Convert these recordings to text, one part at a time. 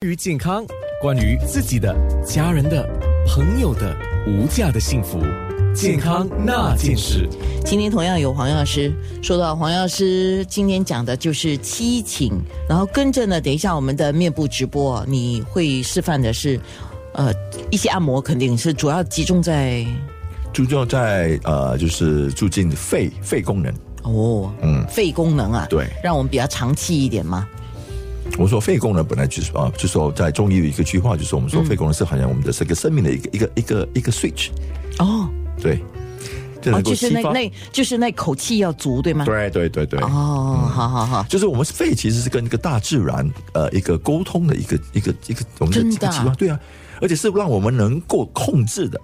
关于健康，关于自己的、家人的、朋友的无价的幸福，健康那件事。今天同样有黄药师，说到黄药师今天讲的就是七情，然后跟着呢，等一下我们的面部直播，你会示范的是，呃，一些按摩肯定是主要集中在注重在呃，就是促进肺肺功能。哦，嗯，肺功能啊，对让我们比较长气一点嘛。我说肺功能本来就是啊、就说在中医有一个句话，就是我们说肺功能是好像我们的这个生命的一个、一个一个一个 switch，哦，对，就哦，能够就是激那发。那，就是那口气要足，对吗？。对对对对。哦，好好好，就是我们肺其实是跟一个大自然呃一个沟通的一个一个一个我们的真一的个啊器官，对啊，而且是让我们能够控制的，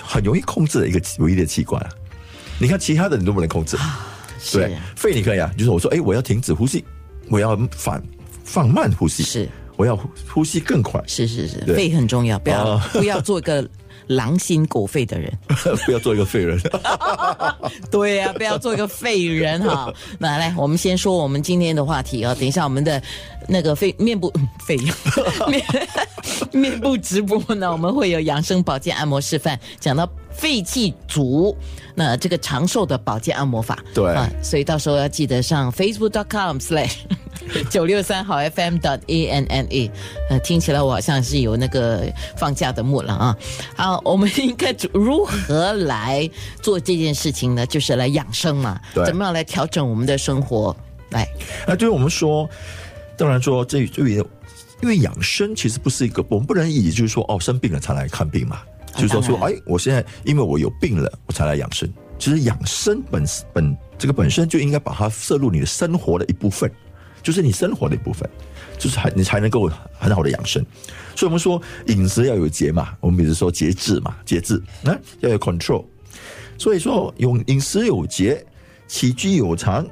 很容易控制的一个唯一的器官啊。你看其他的你都不能控制，是对，肺你可以啊，就是我说，哎，我要停止呼吸，我要反放慢呼吸，是，我要呼呼吸更 快，是是是，对肺很重要，不要、哦不要做个狼心狗肺的人。不要做一个废人。 对呀、不要做一个废人哈。那来，我们先说我们今天的话题啊、等一下我们的那个肺面部嗯 肺面面部直播呢，我们会有养生保健按摩示范，讲到肺气足，那这个长寿的保健按摩法。啊对所以到时候要记得上 facebook.com/slash 九六三好 FM dot a n n a，呃，听起来我好像是有那个放假的木了啊。好，我们应该如何来做这件事情呢？就是来养生嘛，对怎么样来调整我们的生活？来，那就是我们说，当然说这这里，因为养生其实不是一个，我们不能以就是说哦生病了才来看病嘛，就是说说哦当然哎，我现在因为我有病了，我才来养生。其实养生本本这个本身就应该把它摄入你的生活的一部分，就是你生活的一部分，就是还你才能够很好的养生。所以我们说饮食要有节嘛，我们比如说节制嘛，节制，那、要有 control。所以说，有饮食有节，起居有常，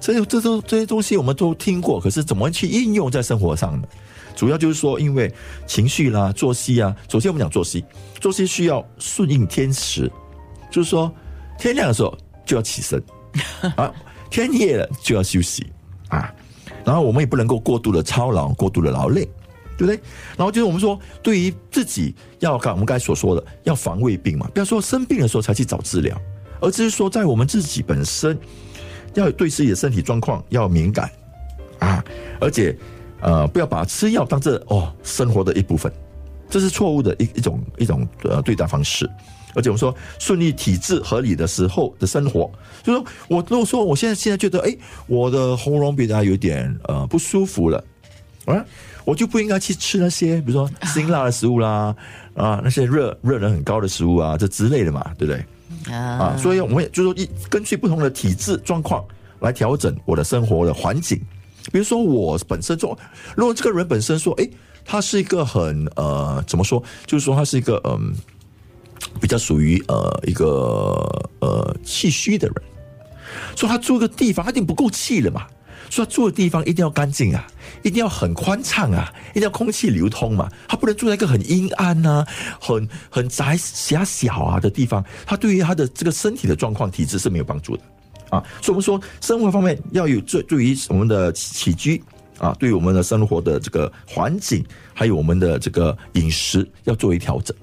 这些这都这些东西我们都听过，可是怎么去应用在生活上呢？主要就是说，因为情绪啦、作息啊，首先我们讲作息，作息需要顺应天时，就是说天亮的时候就要起身啊，天夜了就要休息啊，然后我们也不能够过度的操劳、过度的劳累，对不对？然后就是我们说，对于自己要刚我们刚才所说的，要防胃病嘛，不要说生病的时候才去找治疗，而只是说在我们自己本身要对自己的身体状况要敏感啊，而且呃，不要把吃药当这哦生活的一部分，这是错误的一一种一种呃对待方式。而且我们说顺利体质合理的时候的生活，就是说我如果说我现在现在觉得哎我的喉咙比较有点呃不舒服了，啊，我就不应该去吃那些比如说辛辣的食物啦啊那些热热能很高的食物啊这之类的嘛，对不对？啊，所以我们也就是说一根据不同的体质状况来调整我的生活的环境。比如说我本身做，如果这个人本身说，诶，他是一个很呃怎么说，就是说他是一个嗯、比较属于呃一个呃气虚的人，所以他住个地方他一定不够气了嘛。所以他住的地方一定要干净啊，一定要很宽敞啊，一定要空气流通嘛。他不能住在一个很阴暗啊、很很窄狭小啊的地方，他对于他的这个身体的状况、体质是没有帮助的啊。所以我们说，生活方面要有对对于我们的起居啊，对于我们的生活的这个环境，还有我们的这个饮食，要作为调整。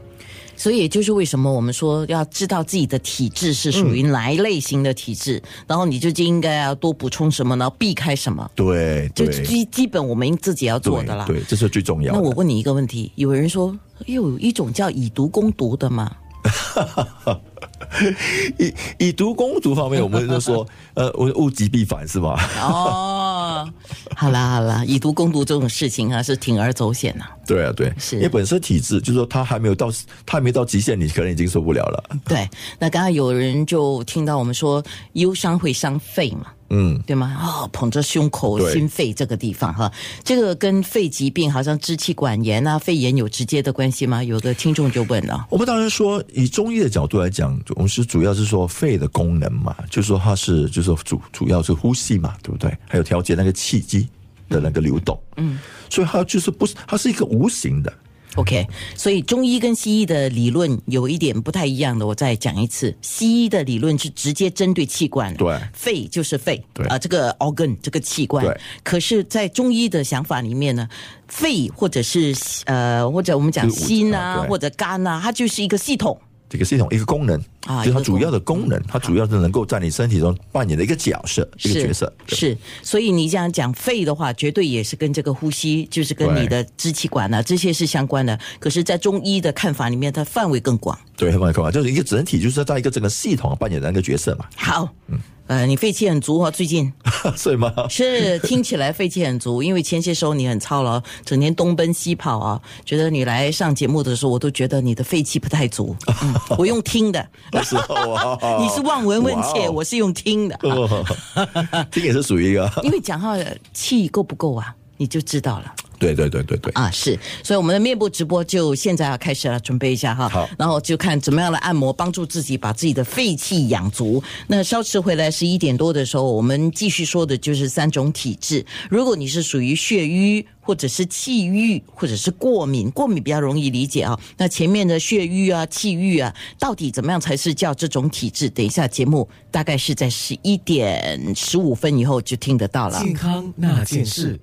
所以也就是为什么我们说要知道自己的体质是属嗯于哪一类型的体质，然后你就应该要多补充什么，然后避开什么，对，就对基基本我们自己要做对的啦。对，这是最重要的。那我问你一个问题，有人说又有一种叫以毒攻毒的嘛？ 以以毒攻毒方面，我们就 说，呃，我物极必反是吧？哦， 好啦好啦，以毒攻毒这种事情啊，是铤而走险呐、 对啊，对，是因为本身体质就是说，它还没有到，它还没到极限，你可能已经受不了了。对，那刚刚有人就听到我们说忧伤会伤肺嘛，嗯，对吗？哦，捧着胸口、对心肺这个地方哈，这个跟肺疾病，好像支气管炎啊、肺炎有直接的关系吗？有个听众就问了，我们当然说，以中医的角度来讲，我们是主要是说肺的功能嘛，就是说它是，就是说主主要是呼吸嘛，对不对？还有调节那个气机的那个流动，嗯，所以它就是不是，它是一个无形的， OK，所以中医跟西医的理论有一点不太一样的，我再讲一次。西医的理论是直接针对器官，对肺就是肺，对啊、这个 organ 这个器官。对可是，在中医的想法里面呢，肺或者是呃，或者我们讲就是五心啊，对或者肝啊，它就是一个系统。这个系统一个功能啊就是它一个主要的功能，它主要是能够在你身体中扮演的一个角色，一个角色。对是，所以你这样讲肺的话，绝对也是跟这个呼吸，就是跟对你的支气管啊这些是相关的。可是，在中医的看法里面，它范围更广。对，很快看完，就是一个整体，就是在一个整个系统扮演的那个角色嘛， 好，呃，你肺气很足哦，最近所以嘛，是听起来肺气很足， 因为前些时候你很操劳，整天东奔西跑啊，觉得你来上节目的时候，我都觉得你的肺气不太足。 嗯、我用听的， 那时候啊，哇 你是望闻问切，哇哦我是用听的啊、 哦这个也是属于一个， 因为讲话的气够不够啊，你就知道了。对对对对对，啊，是，所以我们的面部直播就现在要开始了，准备一下哈。好然后就看怎么样的按摩帮助自己把自己的肺气养足。那稍迟回来十一点多的时候，我们继续说的就是三种体质。如果你是属于血瘀。或者是气郁，或者是过敏，过敏比较容易理解啊。那前面的血瘀啊、气郁啊，到底怎么样才是叫这种体质？等一下节目大概是在十一点十五分以后就听得到了。健康那件事。